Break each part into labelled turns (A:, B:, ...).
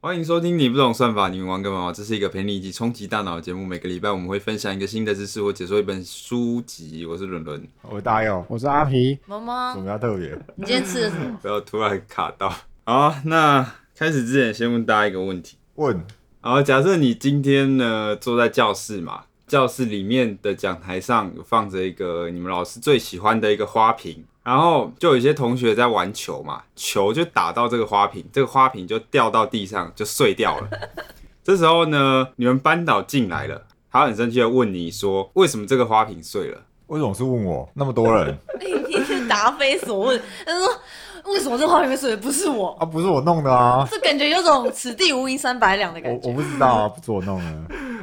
A: 欢迎收听《你不懂算法，你玩个毛毛》，这是一个陪你一起冲击大脑的节目。每个礼拜我们会分享一个新的知识或解说一本书籍。我是伦伦，
B: 我大佑，
C: 我是阿皮，
D: 萌
B: 我
D: 萌，
B: 们要特别，
D: 你今天吃的什么？
A: 不要突然卡到。好，那开始之前先问大家一个问题。
B: 问
A: 好，假设你今天呢坐在教室嘛，教室里面的讲台上有放着一个你们老师最喜欢的一个花瓶，然后就有一些同学在玩球嘛，球就打到这个花瓶，这个花瓶就掉到地上就碎掉了。这时候呢，你们班导进来了，他很生气的问你说，为什么这个花瓶碎了？
B: 为什么是问我？那么多人
D: 哎你是答非所问。他说：“嗯为什么这画面水的不是我
B: 啊，不是我弄的啊，？”
D: 这感觉有种此地无银三百两的
B: 我
D: 感
B: 我
D: 觉。
B: 不知道啊，不是我弄的。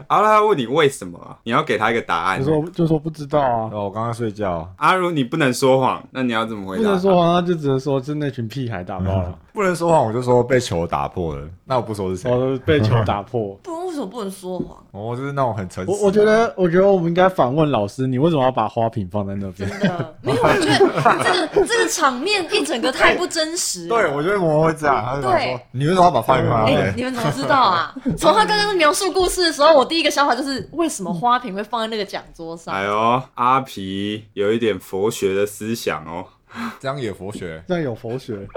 A: 好啊了，他问你为什么啊，你要给他一个答案
C: 就。说就说不知道啊
B: 然，哦后我刚刚睡觉，
A: 阿如，你不能说谎，那你要怎么回
C: 不
A: 答他？
C: 能说谎，那就只能说是那群屁孩打爆了，
B: 不能说谎，我就说被球打破了。那我不说是谁，
C: 我哦被球打 破。
D: 不然为什么不能 说谎？
B: 我就是那种很诚实的。
C: 我我觉得，我觉得我们应该反问老师，你为什么要把花瓶放在那 边？
D: 真的没有，我觉得这个这个场面一整个太不真实。
B: 对，我觉得我会这样，他就想说
D: 对
B: 你为什么要把饭放在
D: 哎、
B: 那
D: 你们怎么知道啊？从他刚刚描述故事的时候，我第一个想法就是为什么花瓶会放在那个讲桌上？
A: 哎呦，阿皮有一点佛学的思想哦。
B: 这样也佛学？
C: 这样有佛学，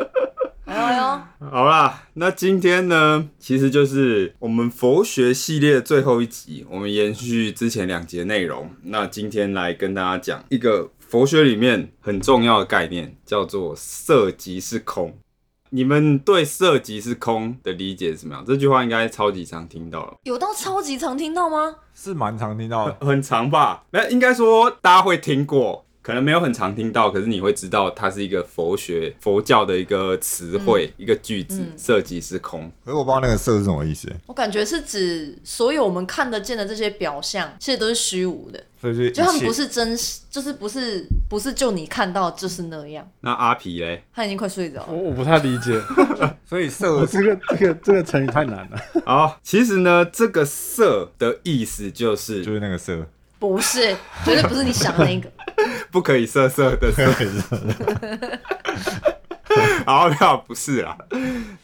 D: 哎呦，
A: 好啦，那今天呢，其实就是我们佛学系列的最后一集，我们延续之前两集的内容。那今天来跟大家讲一个佛学里面很重要的概念，叫做色即是空。你们对色即是空的理解是怎么样？这句话应该超级常听到了，
D: 有到超级常听到吗？
B: 是蛮常听到的。
A: 很长吧？没，应该说大家会听过，可能没有很常听到，可是你会知道它是一个佛学、佛教的一个词汇、一个句子，
D: 嗯
A: 色即是空。
B: 可是我不知道那个色是什么意思，
D: 我感觉是指所有我们看得见的这些表象，其实都是虚无的。
B: 所以就是一
D: 就他们
B: 切
D: 不是真实，就是不是不是就你看到就是那样。
A: 那阿皮嘞？
D: 他已经快睡着
C: 我
D: 了，
C: 我不太理解，
B: 所以色
C: 我 这个这个这个成语太难了。
A: 好，其实呢，这个色的意思就
B: 就是是那个 色，
D: 不是，绝对不是你想的那个。
A: 不可以色色的 色。好，没有，不是啦。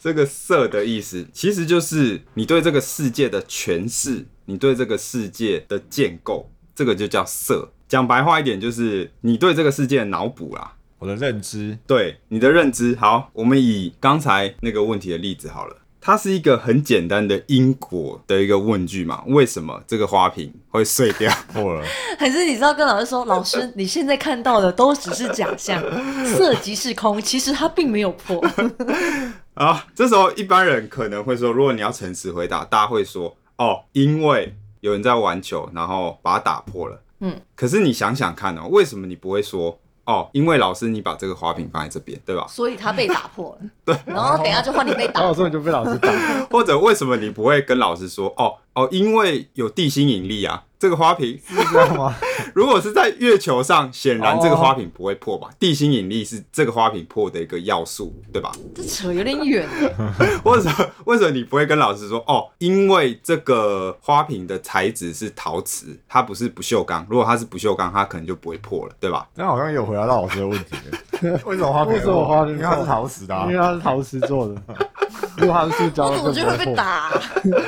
A: 这个色的意思，其实就是你对这个世界的诠释，你对这个世界的建构，这个就叫色。讲白话一点，就是你对这个世界的脑补啦。
B: 我的认知。
A: 对你的认知。好，我们以刚才那个问题的例子好了，它是一个很简单的因果的一个问句嘛？为什么这个花瓶会碎掉？
B: 破了，
D: 还是你知道跟老师说，老师你现在看到的都只是假象，色即是空，其实它并没有破。
A: 啊，这时候一般人可能会说，如果你要诚实回答，大家会说哦，因为有人在玩球，然后把它打破了。
D: 嗯，
A: 可是你想想看哦，为什么你不会说哦，因为老师你把这个花瓶放在这边，对吧？
D: 所以它被打破了。对，然后等一下就换你被打
C: 然后。我说你就被老师 打，
A: 或者为什么你不会跟老师说哦哦，因为有地心引力啊，这个花瓶
B: 是这样吗？ 哦
A: 如果是在月球上，显然这个花瓶不会破吧？地心引力是这个花瓶破的一个要素，对吧？
D: 这扯有点远，
A: 为什么 为什么你不会跟老师说哦？因为这个花瓶的材质是陶瓷，它不是不锈钢。如果它是不锈钢，它可能就不会破了，对吧？
B: 这样好像有回答到老师的问 题。为什么花瓶？
C: 为什么花瓶
B: 因为它是陶瓷的、啊
C: 因为。它是陶瓷做 的，如果它是塑胶
D: 我
C: 的，
D: 怎么就会
C: 就
D: 被
C: 不
D: 打
C: 破。
D: 啊？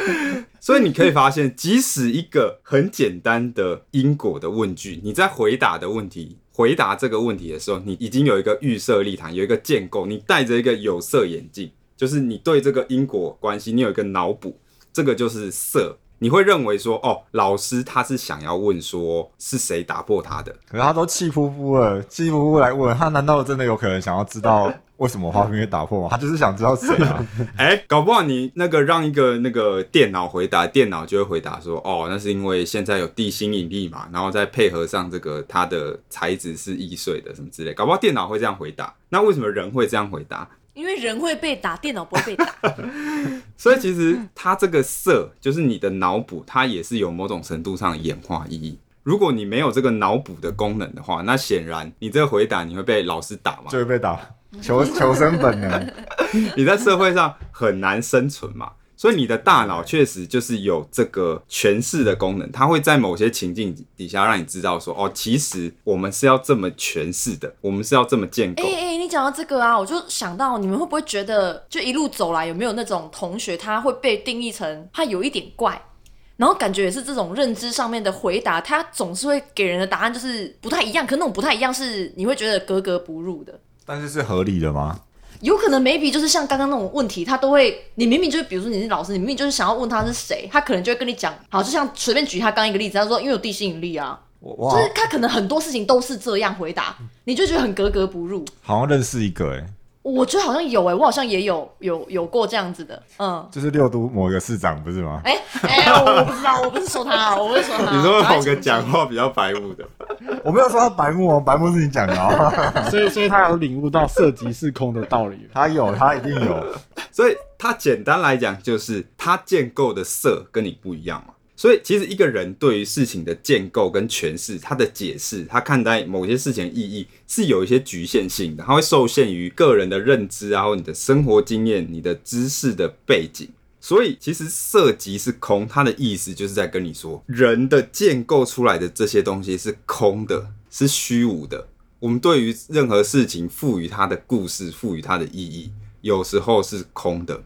A: 所以你可以发现，即使一个很简单的因果的问句，你在回答的问题。回答这个问题的时候，你已经有一个预设立场，有一个建构，你戴着一个有色眼镜，就是你对这个因果关系，你有一个脑补，这个就是色。你会认为说，哦，老师他是想要问说是谁打破他的，
B: 可是他都气呼呼了，气呼呼来问他，难道真的有可能想要知 道为什么花瓶会打破吗？他就是想知道谁 啊？
A: 哎、搞不好你那个让一个那个电脑回答，电脑就会回答说，哦，那是因为现在有地心引力嘛，然后再配合上这个它的材质是易碎的什么之类，搞不好电脑会这样回答。那为什么人会这样回答？
D: 因为人会被打，电脑不会被打。
A: 所以其实它这个色，就是你的脑补，它也是有某种程度上的演化意义。如果你没有这个脑补的功能的话，那显然你这个回答你会被老师打嘛，
B: 就会被打，求求生本能。
A: 你在社会上很难生存嘛。所以你的大脑确实就是有这个诠释的功能，它会在某些情境底下让你知道说，哦，其实我们是要这么诠释的，我们是要这么建构。
D: 哎哎、你讲到这个啊，我就想到你们会不会觉得，就一路走来有没有那种同学，他会被定义成他有一点怪，然后感觉也是这种认知上面的回答，他总是会给人的答案就是不太一样，可那种不太一样是你会觉得格格不入的。
B: 但是是合理的吗？
D: 有可能 maybe 就是像刚刚那种问题，他都会，你明明就是，比如说你是老师，你明明就是想要问他是谁，他可能就会跟你讲，好，就像随便举他刚刚一个例子，他说因为有地心引力啊，
B: 我
D: 就
B: 哇，
D: 是他可能很多事情都是这样回答，你就觉得很格格不入。
B: 好像认识一个哎、
D: 我觉得好像有哎、我好像也有有有过这样子的，嗯，
B: 就是六都某一个市长不是吗？
D: 哎、哎、 我不知道，我不是说他，我不是说他，
A: 你说某个
D: 赶
A: 讲
D: 快
A: 话比较白目的，
B: 我没有说他白目哦，白目是你讲的哦。
C: 所以所以他有领悟到色即是空的道理。
B: 他有，他一定有。
A: 所以它简单来讲就是它建构的色跟你不一样嘛。所以其实一个人对于事情的建构跟诠释，他的解释，他看待某些事情的意义是有一些局限性的，它会受限于个人的认知啊，或你的生活经验、你的知识的背景。所以其实色即是空，它的意思就是在跟你说，人的建构出来的这些东西是空的，是虚无的。我们对于任何事情赋予它的故事、赋予它的意义，有时候是空的。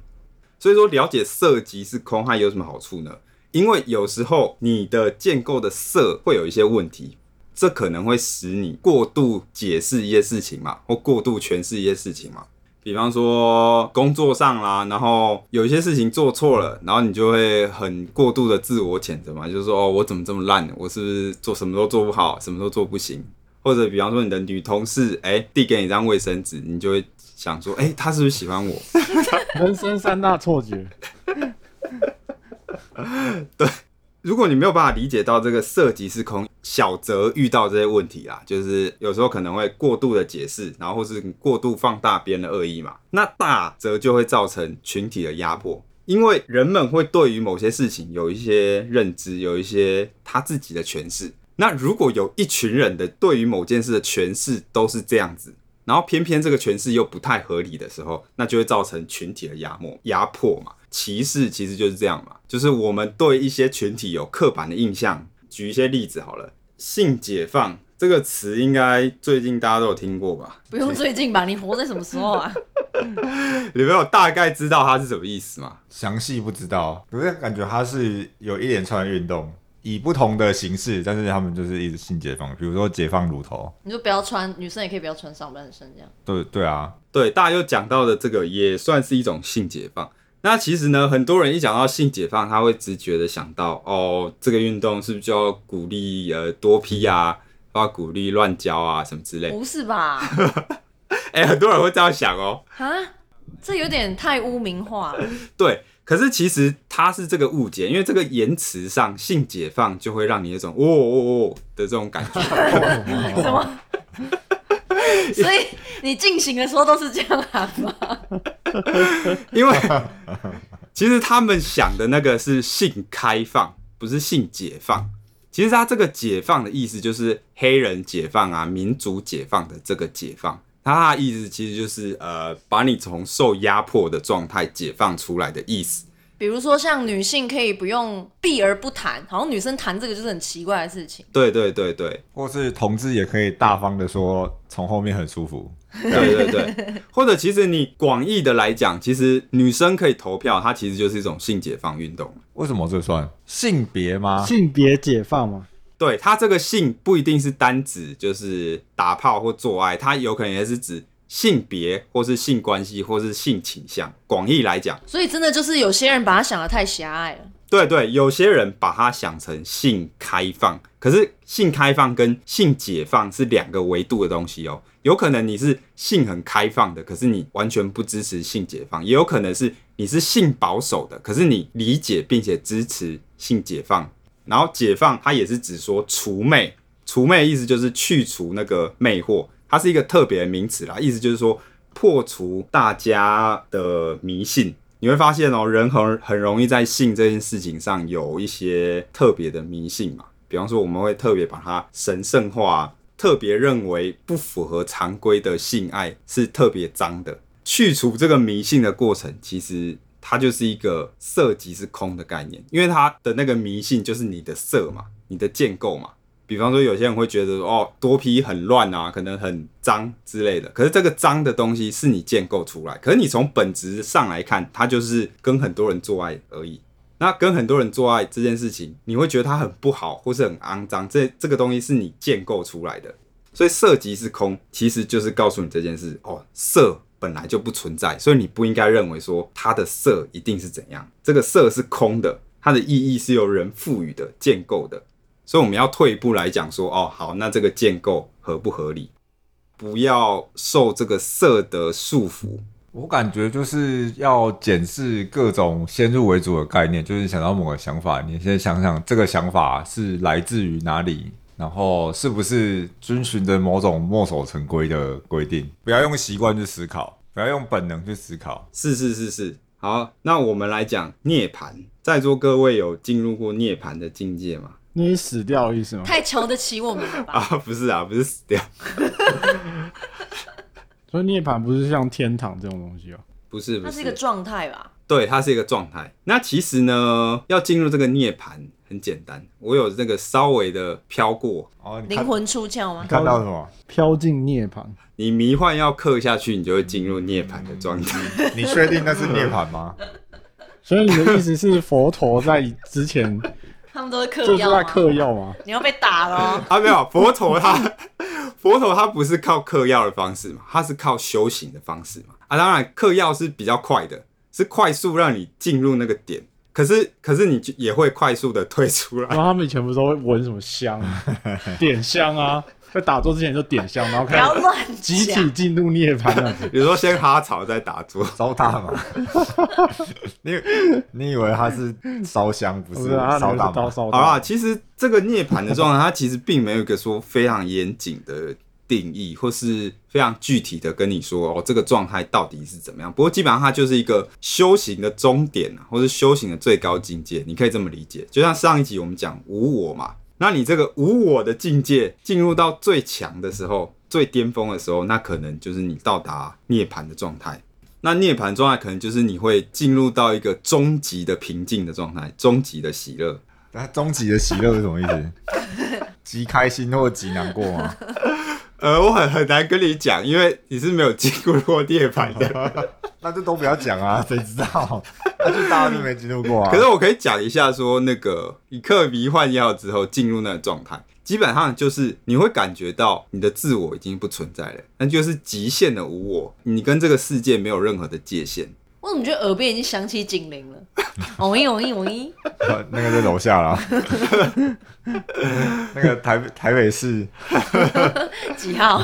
A: 所以说，了解色即是空，它有什么好处呢？因为有时候你的建构的色会有一些问题，这可能会使你过度解释一些事情嘛，或过度诠释一些事情嘛。比方说工作上啦，然后有一些事情做错了，然后你就会很过度的自我谴责嘛，就是说哦，我怎么这么烂？我是不是做什么都做不好，什么都做不行？或者比方说你的女同事哎、递给你一张卫生纸，你就会想说，哎、她是不是喜欢我？
C: 人生三大错觉，
A: 如果你没有办法理解到这个色即是空，小则遇到这些问题啊，就是有时候可能会过度的解释，然后或是你过度放大别人的恶意嘛。那大则就会造成群体的压迫，因为人们会对于某些事情有一些认知，有一些他自己的诠释。那如果有一群人的对于某件事的诠释都是这样子，然后偏偏这个诠释又不太合理的时候，那就会造成群体的压迫压迫嘛。歧视其实就是这样嘛，就是我们对一些群体有刻板的印象。举一些例子好了，性解放这个词应该最近大家都有听过吧？
D: 不用最近吧？你活在什么时候啊？
A: 你们有大概知道它是什么意思吗？
B: 详细不知道，可是感觉它是有一连串的运动，以不同的形式，但是他们就是一直性解放，比如说解放乳头，
D: 你就不要穿，女生也可以不要穿上半身这样。
B: 对对啊，
A: 对，大家又讲到的这个也算是一种性解放。那其实呢，很多人一讲到性解放，他会直觉的想到，哦，这个运动是不是就要鼓励呃多批啊，要鼓励乱交啊什么之类的？
D: 不是吧？
A: 哎、很多人会这样想哦。
D: 啊，这有点太污名化了。
A: 对，可是其实它是这个误解，因为这个言辞上性解放就会让你有一种哦哦哦的这种感觉。哦
D: 什么？ 所以你进行的时候都是这样啊喊吗？
A: 因为其实他们想的那个是性开放，不是性解放。其实他这个解放的意思就是黑人解放啊，民族解放的这个解放。他的意思其实就是呃，把你从受压迫的状态解放出来的意思。
D: 比如说像女性可以不用避而不谈，好像女生谈这个就是很奇怪的事情。
A: 对对对对
B: 或是同志也可以大方的说从后面很舒服，
A: 对对对，或者其实你广义的来讲，其实女生可以投票，它其实就是一种性解放运动。
B: 为什么这算性别吗？
C: 性别解放嘛，
A: 对他这个性不一定是单指就是打炮或做爱，它有可能也是指性别或是性关系或是性倾向。广义来讲，
D: 所以真的就是有些人把它想的太狭隘了。
A: 对对，有些人把它想成性开放，可是性开放跟性解放是两个维度的东西哦。有可能你是性很开放的，可是你完全不支持性解放；也有可能是你是性保守的，可是你理解并且支持性解放。然后解放它也是指说除魅，除魅的意思就是去除那个魅惑，它是一个特别的名词啦，意思就是说破除大家的迷信。你会发现哦，人很很容易在性这件事情上有一些特别的迷信嘛，比方说我们会特别把它神圣化，特别认为不符合常规的性爱是特别脏的。去除这个迷信的过程，其实它就是一个色即是空的概念，因为它的那个迷信就是你的色嘛，你的建构嘛。比方说，有些人会觉得哦，多批很乱啊，可能很脏之类的。可是这个脏的东西是你建构出来，可是你从本质上来看，它就是跟很多人做爱而已。那跟很多人做爱这件事情，你会觉得它很不好，或是很肮脏，这这个东西是你建构出来的。所以色即是空，其实就是告诉你这件事哦，色本来就不存在，所以你不应该认为说它的色一定是怎样。这个色是空的，它的意义是由人赋予的、建构的。所以我们要退一步来讲说，哦，好，那这个建构合不合理？不要受这个色的束缚。
B: 我感觉就是要检视各种先入为主的概念，就是想到某个想法，你先想想这个想法是来自于哪里，然后是不是遵循着某种墨守成规的规定，不要用习惯去思考，不要用本能去思考。
A: 是是是是，好，那我们来讲涅槃。在座各位有进入过涅槃的境界吗？
C: 你死掉的意思吗？
D: 太瞧得起我们了吧？
A: 啊，不是啊，不是死掉，
C: 所以涅槃不是像天堂这种东西哦、
A: 不是不
D: 它
A: 是，
D: 是一个状态吧？
A: 对，它是一个状态。那其实呢，要进入这个涅槃很简单，我有这个稍微的飘过。
B: 哦，你
D: 灵
B: 看
D: 魂出窍吗
B: 你？看到什么？
C: 飘进涅槃，
A: 你迷幻药刻下去，你就会进入涅槃的状态。
B: 你确定那是涅槃吗？
C: 所以你的意思是佛陀在之 前
D: 他们都是嗑
C: 就是
D: 药
C: 在
D: 吗？
C: 嗑药啊吗？
D: 你要被打了 哦！
A: 啊，没有佛陀他佛陀他不是靠嗑药的方式嘛，他是靠修行的方式嘛。啊，当然嗑药是比较快的，是快速让你进入那个点。可是可是你就也会快速的退出
C: 然
A: 来。
C: 后他们以前不是都会闻什么香，点香啊，在打坐之前就点香，然后
D: 不要
C: 开始
D: 乱
C: 集
D: 讲
C: 体，进入涅槃这样子。
A: 比如说先哈草再打坐，
B: 烧大麻？ 你你以为他是烧香，不
C: 不
B: 是
C: 是啊，他
B: 烧
C: 们
B: 大
C: 是刀
B: 麻？
C: 烧
A: 好啦，
C: 的。
A: 其实这个涅槃的状态，它其实并没有一个说非常严谨的定义，或是非常具体的跟你说哦，这个状态到底是怎么样。不过基本上它就是一个修行的终点啊，或是修行的最高境界，你可以这么理解。就像上一集我们讲无我嘛，那你这个无我的境界进入到最强的时候、最巅峰的时候，那可能就是你到达涅槃的状态。那涅槃状态可能就是你会进入到一个终极的平静的状态，终极的喜乐。
B: 那终极的喜乐是什么意 思？极开心或极难过吗？
A: 呃，我很很难跟你讲，因为你是没有经过过涅槃 的。
B: 那就都不要讲 啊，谁知道？那就大家都没进入过啊。
A: 可是我可以讲一下，说那个一克迷幻药之后进入那个状态，基本上就是你会感觉到你的自我已经不存在了，那就是极限的无我，你跟这个世界没有任何的界限。
B: 哦
D: 我怎么觉得耳边已经响起警铃了？哦嗡一嗡一嗡一，
B: 呃那个在楼下 啦，那个台台北市
D: 几号？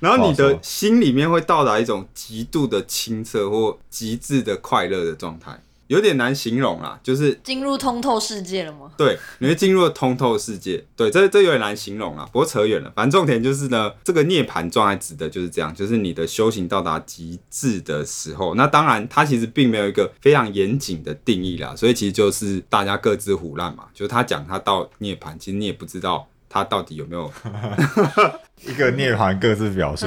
A: 然后你
B: 好什
A: 的
B: 么
A: 心里面会到达一种极度的清澈或极致的快乐的状态，有点难形容啦，就是
D: 进入通透世界了吗？
A: 对，你会进入通透世界。对，这这有点难形容啊，不过扯远了。反正重点就是呢，这个涅槃状态指的就是这样，就是你的修行到达极致的时候。那当然，它其实并没有一个非常严谨的定义啦，所以其实就是大家各自胡乱嘛。就是他讲他到涅槃，其实你也不知道他到底有没有。
B: 一个涅槃各自表述。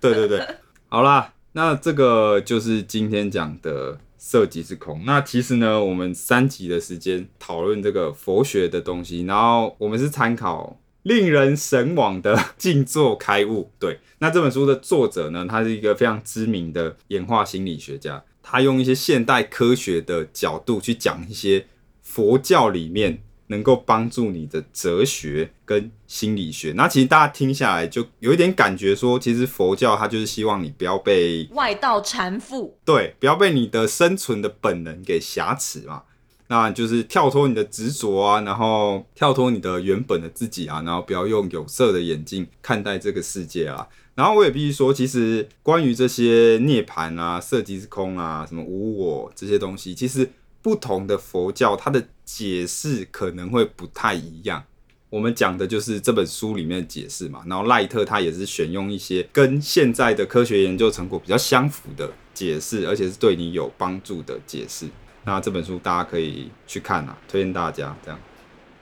A: 对对对，好啦，那这个就是今天讲的。色即是空。那其实呢，我们三集的时间讨论这个佛学的东西，然后我们是参考令人神往的静坐开悟。对，那这本书的作者呢，他是一个非常知名的演化心理学家，他用一些现代科学的角度去讲一些佛教里面能够帮助你的哲学跟心理学。那其实大家听下来就有一点感觉说，其实佛教它就是希望你不要被
D: 外道缠妇，
A: 对，不要被你的生存的本能给挟持嘛。那就是跳脱你的执着啊，然后跳脱你的原本的自己啊，然后不要用有色的眼镜看待这个世界啊。然后我也必须说，其实关于这些涅槃啊、色即是空啊、什么无我这些东西，其实不同的佛教它的解释可能会不太一样。我们讲的就是这本书里面的解释嘛。然后赖特他也是选用一些跟现在的科学研究成果比较相符的解释，而且是对你有帮助的解释。那这本书大家可以去看啊，推荐大家这样。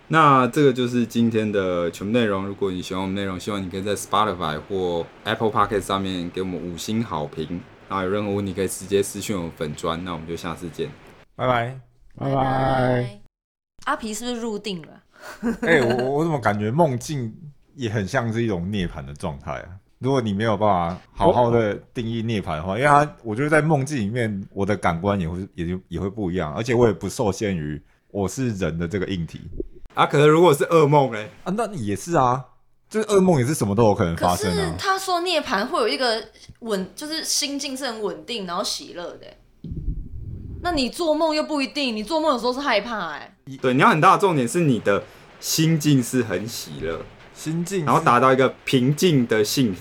A: 那这个就是今天的全部内容。如果你喜欢我们内容，希望你可以在 Spotify 或 Apple Podcast 上面给我们五星好评。然后有任何问题可以直接私讯我们粉砖，那我们就下次见。
B: 拜拜。
C: 拜拜。。
D: 阿皮是不是入定了？
B: 哎、我我怎么感觉梦境也很像是一种涅槃的状态啊？如果你没有办法好好的定义涅槃的话，因为它，我觉得在梦境里面，我的感官也会也就也会不一样，而且我也不受限于我是人的这个硬体
A: 啊，可能如果是噩梦嘞，
B: 啊。那你也是啊，就是噩梦也是什么都有可能发
D: 可
B: 生
D: 是
B: 啊。
D: 他说涅槃会有一个稳，就是心境是很稳定，然后喜乐的欸。那你做梦又不一定，你做梦有时候是害怕哎、
A: 对，你要很大的重点是你的心境是很喜乐，
C: 嗯
B: 心境，
A: 然后达到一个平静的幸福。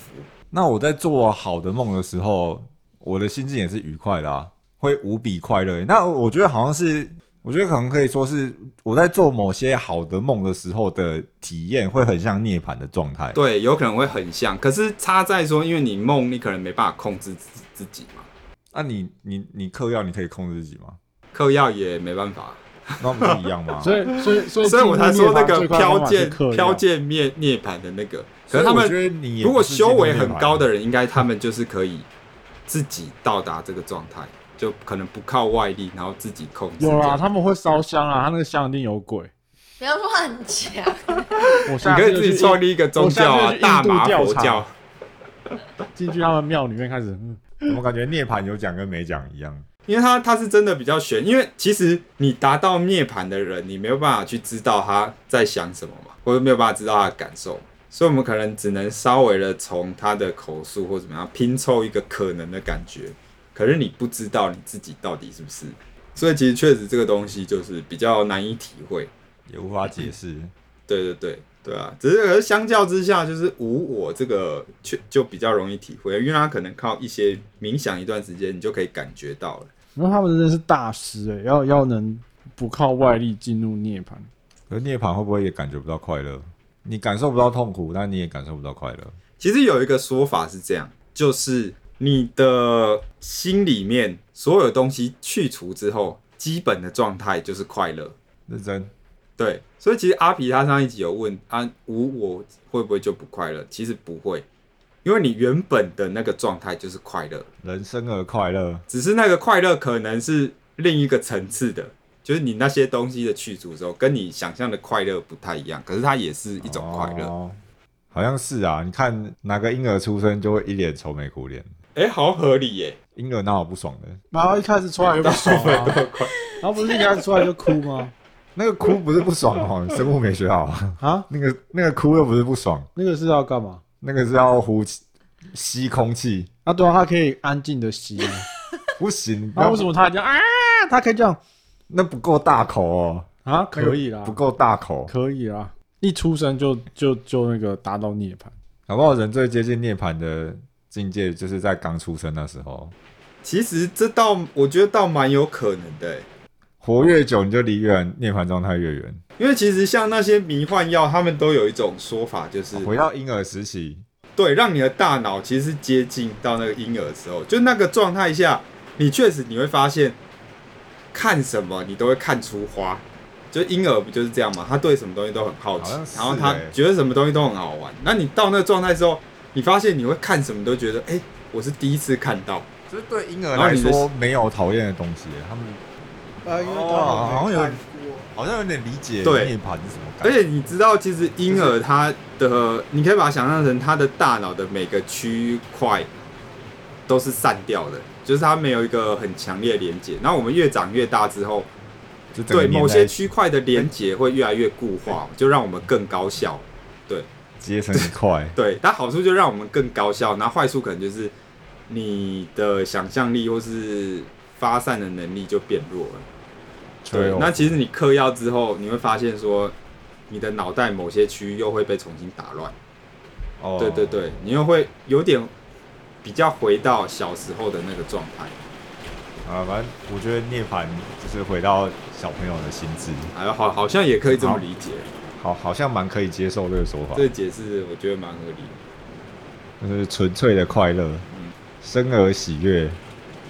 B: 那我在做好的梦的时候，我的心境也是愉快的、啊，会无比快乐。那我觉得好像是，我觉得可能可以说是我在做某些好的梦的时候的体验，会很像涅槃的状态。
A: 对，有可能会很像，可是差在说，因为你梦，你可能没办法控制自自己嘛，
B: 那、你你你嗑药，你可以控制自己吗？
A: 嗑药也没办法，
B: 那不是一样吗？
C: 所以，所以，所 以，
A: 所以我才说那个
C: 进入涅槃最快的
A: 飘
C: 方法是
A: 剑
C: 嗑药啊
A: 飘剑灭涅槃的那个，可
B: 所
A: 是
B: 以
A: 他
B: 我
A: 们
B: 觉得你也
A: 如果
B: 不是进入
A: 修为很高
B: 涅槃，
A: 的人，应该他们就是可以自己到达这个状态，就可能不靠外力，然后自己控制这样。
C: 有啦，他们会烧香啊，他那个香一定有鬼。
D: 不要乱讲。
C: 我下
A: 你可
C: 次
A: 以自己创立一个宗教
C: 我下
A: 啊
C: 次就，去
A: 大
C: 印度
A: 麻
C: 调
A: 佛
C: 查
A: 教。
C: 进去他们庙里面开始，嗯
B: 我感觉涅槃有讲跟没讲一样。
A: 因为他他是真的比较悬，因为其实你达到涅槃的人，你没有办法去知道他在想什么嘛，或者没有办法知道他的感受，所以我们可能只能稍微的从他的口述或怎么样拼凑一个可能的感觉，可是你不知道你自己到底是不是，所以其实确实这个东西就是比较难以体会。
B: 也无法解释，
A: 对对对对啊，只是可是相较之下，就是无我这个却就比较容易体会，因为他可能靠一些冥想一段时间，你就可以感觉到了。
C: 然后他们真的是大师哎、要要能不靠外力进入涅槃。
B: 可是涅槃会不会也感觉不到快乐？你感受不到痛苦，但你也感受不到快乐。
A: 其实有一个说法是这样，就是你的心里面所有东西去除之后，基本的状态就是快乐。
B: 认真，
A: 对，所以其实阿皮他上一集有问啊，无我会不会就不快乐？其实不会，因为你原本的那个状态就是快乐，
B: 人生而快乐。
A: 只是那个快乐可能是另一个层次的，就是你那些东西的去除之后，跟你想象的快乐不太一样，可是它也是一种快乐。
B: 哦好像是啊，你看哪个婴儿出生就会一脸愁眉苦脸，
A: 哎、好合理耶、
B: 婴儿哪有不爽的？
C: 然后一开始出来就不 爽啊，然后不是一开始出来就哭吗？
B: 那个哭不是不爽哦， 你生物没学好啊，
C: 啊，
B: 那个那个哭又不是不爽，
C: 那个是要干嘛？
B: 那个是要呼气吸空气，
C: 啊，对啊，他可以安静 的吸啊。
B: 不行，
C: 那、为什么他这样啊？他可以这样
B: 那不够大口哦，
C: 啊？
B: 那个
C: 可以啦
B: 不，够大口，
C: 可以啦，一出生就就就那个达到涅槃。
B: 搞不好人最接近涅槃的境界就是在刚出生的时候，
A: 其实这倒我觉得倒蛮有可能的耶、欸
B: 活越久你就离远涅槃状态越远。
A: 因为其实像那些迷幻药，他们都有一种说法，就是
B: 啊回到婴儿时期，
A: 对，让你的大脑其实是接近到那个婴儿的时候，就那个状态下，你确实你会发现，看什么你都会看出花。就婴儿不就是这样嘛？他对什么东西都很好奇，
B: 好像是
A: 然后他
B: 欸
A: 觉得什么东西都很好玩。那你到那个状态之后，你发现你会看什么都觉得，哎、我是第一次看到。
B: 就是对婴儿
A: 然后
B: 来
A: 你的
B: 说没有讨厌的东西，他们
C: 啊，
B: 因为他们哦好像有没看好像有点理解
A: 对
B: 涅槃是什么感觉。
A: 而且你知道，其实婴儿他的，你可以把它想象成他的大脑的每个区块都是散掉的，就是它没有一个很强烈的连接。那我们越长越大之后，
B: 就整个
A: 对
B: 年
A: 某些
B: 代
A: 区块的连接会越来越固化，就让我们更高效。
B: 节省一块，
A: 对，它好处就让我们更高效，那坏处可能就是你的想象力或是发散的能力就变弱了。
B: 哦
A: 对，那其实你嗑药之后，你会发现说，你的脑袋某些区域又会被重新打乱。
B: 哦
A: 对对，对，你又会有点比较回到小时候的那个状态。
B: 啊，反正我觉得涅槃就是回到小朋友的心智，
A: 哎呀，好，好像也可以这么理解。
B: 好，好像蛮可以接受这个说法，
A: 这解释我觉得蛮合理的。
B: 就是纯粹的快乐，生而喜悦，